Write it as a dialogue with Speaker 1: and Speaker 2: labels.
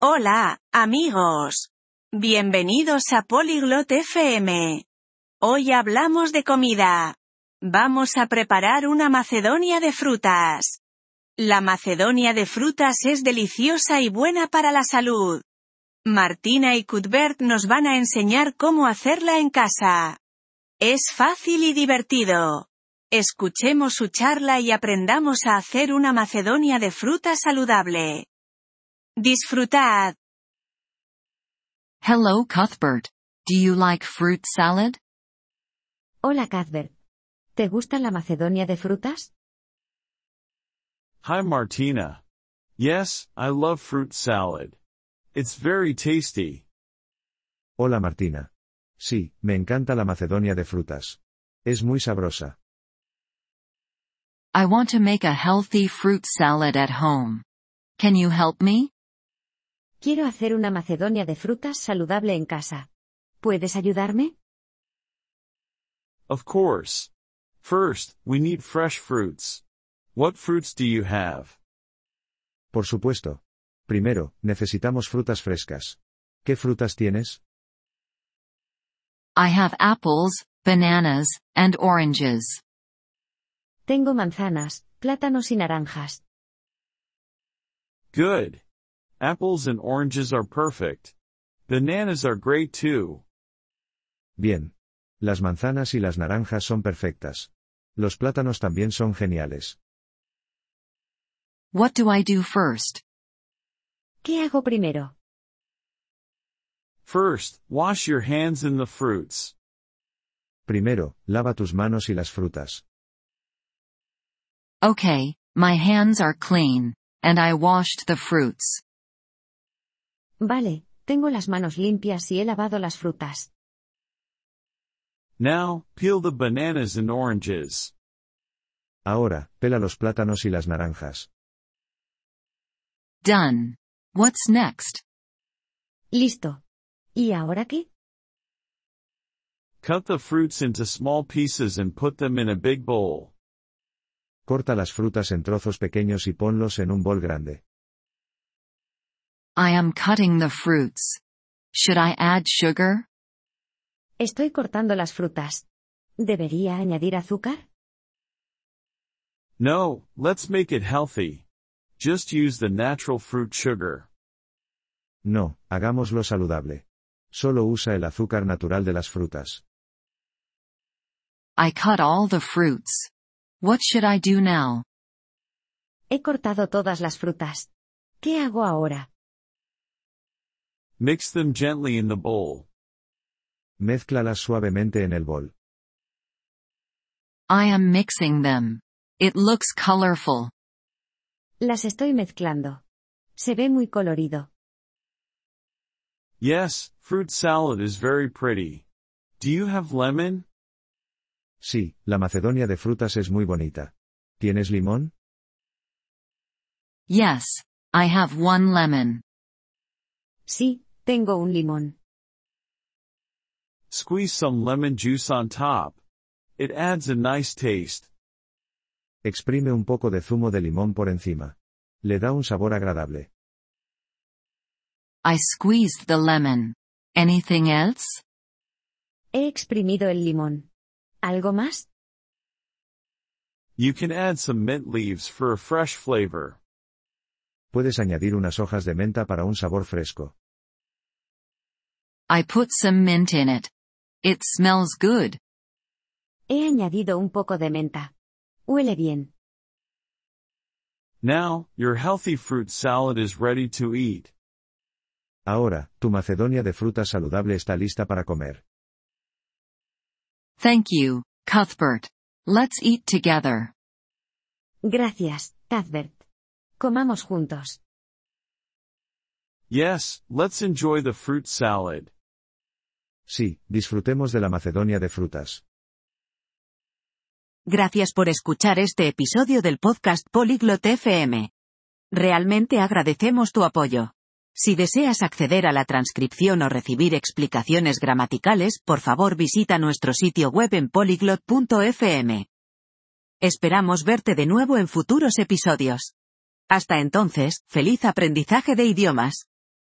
Speaker 1: Hola, amigos. Bienvenidos a Polyglot FM. Hoy hablamos de comida. Vamos a preparar una macedonia de frutas. La macedonia de frutas es deliciosa y buena para la salud. Martina y Cuthbert nos van a enseñar cómo hacerla en casa. Es fácil y divertido. Escuchemos su charla y aprendamos a hacer una macedonia de fruta saludable. Disfrutad.
Speaker 2: Hello, Cuthbert. Do you like fruit salad?
Speaker 3: Hola Cuthbert. ¿Te gusta la Macedonia de frutas?
Speaker 4: Hi, Martina. Yes, I love fruit salad. It's very tasty.
Speaker 5: Hola Martina. Sí, me encanta la Macedonia de frutas. Es muy sabrosa.
Speaker 2: I want to make a healthy fruit salad at home. Can you help me?
Speaker 3: Quiero hacer una Macedonia de frutas saludable en casa. ¿Puedes ayudarme?
Speaker 4: Of course. First, we need fresh fruits. What fruits do you have?
Speaker 5: Por supuesto. Primero, necesitamos frutas frescas. ¿Qué frutas tienes?
Speaker 2: I have apples, bananas, and oranges.
Speaker 3: Tengo manzanas, plátanos y naranjas.
Speaker 4: Good. Apples and oranges are perfect. Bananas are great too.
Speaker 5: Bien. Las manzanas y las naranjas son perfectas. Los plátanos también son geniales.
Speaker 2: What do I do first?
Speaker 3: ¿Qué hago primero?
Speaker 4: First, wash your hands in the fruits.
Speaker 5: Primero, lava tus manos y las frutas.
Speaker 2: Okay, my hands are clean, and I washed the fruits.
Speaker 3: Vale, tengo las manos limpias y he lavado las frutas.
Speaker 4: Now, peel the bananas and oranges.
Speaker 5: Ahora, pela los plátanos y las naranjas.
Speaker 2: Done. What's next?
Speaker 3: Listo. ¿Y ahora qué?
Speaker 4: Cut the fruits into small pieces and put them in a big bowl.
Speaker 5: Corta las frutas en trozos pequeños y ponlos en un bol grande.
Speaker 2: I am cutting the fruits. Should I add sugar?
Speaker 3: Estoy cortando las frutas. ¿Debería añadir azúcar?
Speaker 4: No, let's make it healthy. Just use the natural fruit sugar.
Speaker 5: No, hagámoslo saludable. Solo usa el azúcar natural de las frutas.
Speaker 2: I cut all the fruits. What should I do now?
Speaker 3: He cortado todas las frutas. ¿Qué hago ahora?
Speaker 4: Mix them gently in the bowl.
Speaker 5: Mézclalas suavemente en el bol.
Speaker 2: I am mixing them. It looks colorful.
Speaker 3: Las estoy mezclando. Se ve muy colorido.
Speaker 4: Yes, fruit salad is very pretty. Do you have lemon?
Speaker 5: Sí, la Macedonia de frutas es muy bonita. ¿Tienes limón?
Speaker 2: Yes, I have one lemon.
Speaker 3: Sí, tengo un limón.
Speaker 4: Squeeze some lemon juice on top. It adds a nice taste.
Speaker 5: Exprime un poco de zumo de limón por encima. Le da un sabor agradable.
Speaker 2: I squeezed the lemon. Anything else?
Speaker 3: He exprimido el limón. ¿Algo más?
Speaker 4: You can add some mint leaves for a fresh flavor.
Speaker 5: Puedes añadir unas hojas de menta para un sabor fresco.
Speaker 2: I put some mint in it. It smells good.
Speaker 3: He añadido un poco de menta. Huele bien.
Speaker 4: Now, your healthy fruit salad is ready to eat.
Speaker 5: Ahora, tu Macedonia de frutas saludable está lista para comer.
Speaker 2: Thank you, Cuthbert. Let's eat together.
Speaker 3: Gracias, Cuthbert. Comamos juntos.
Speaker 4: Yes, let's enjoy the fruit salad.
Speaker 5: Sí, disfrutemos de la Macedonia de frutas.
Speaker 6: Gracias por escuchar este episodio del podcast Polyglot FM. Realmente agradecemos tu apoyo. Si deseas acceder a la transcripción o recibir explicaciones gramaticales, por favor visita nuestro sitio web en polyglot.fm. Esperamos verte de nuevo en futuros episodios. Hasta entonces, feliz aprendizaje de idiomas.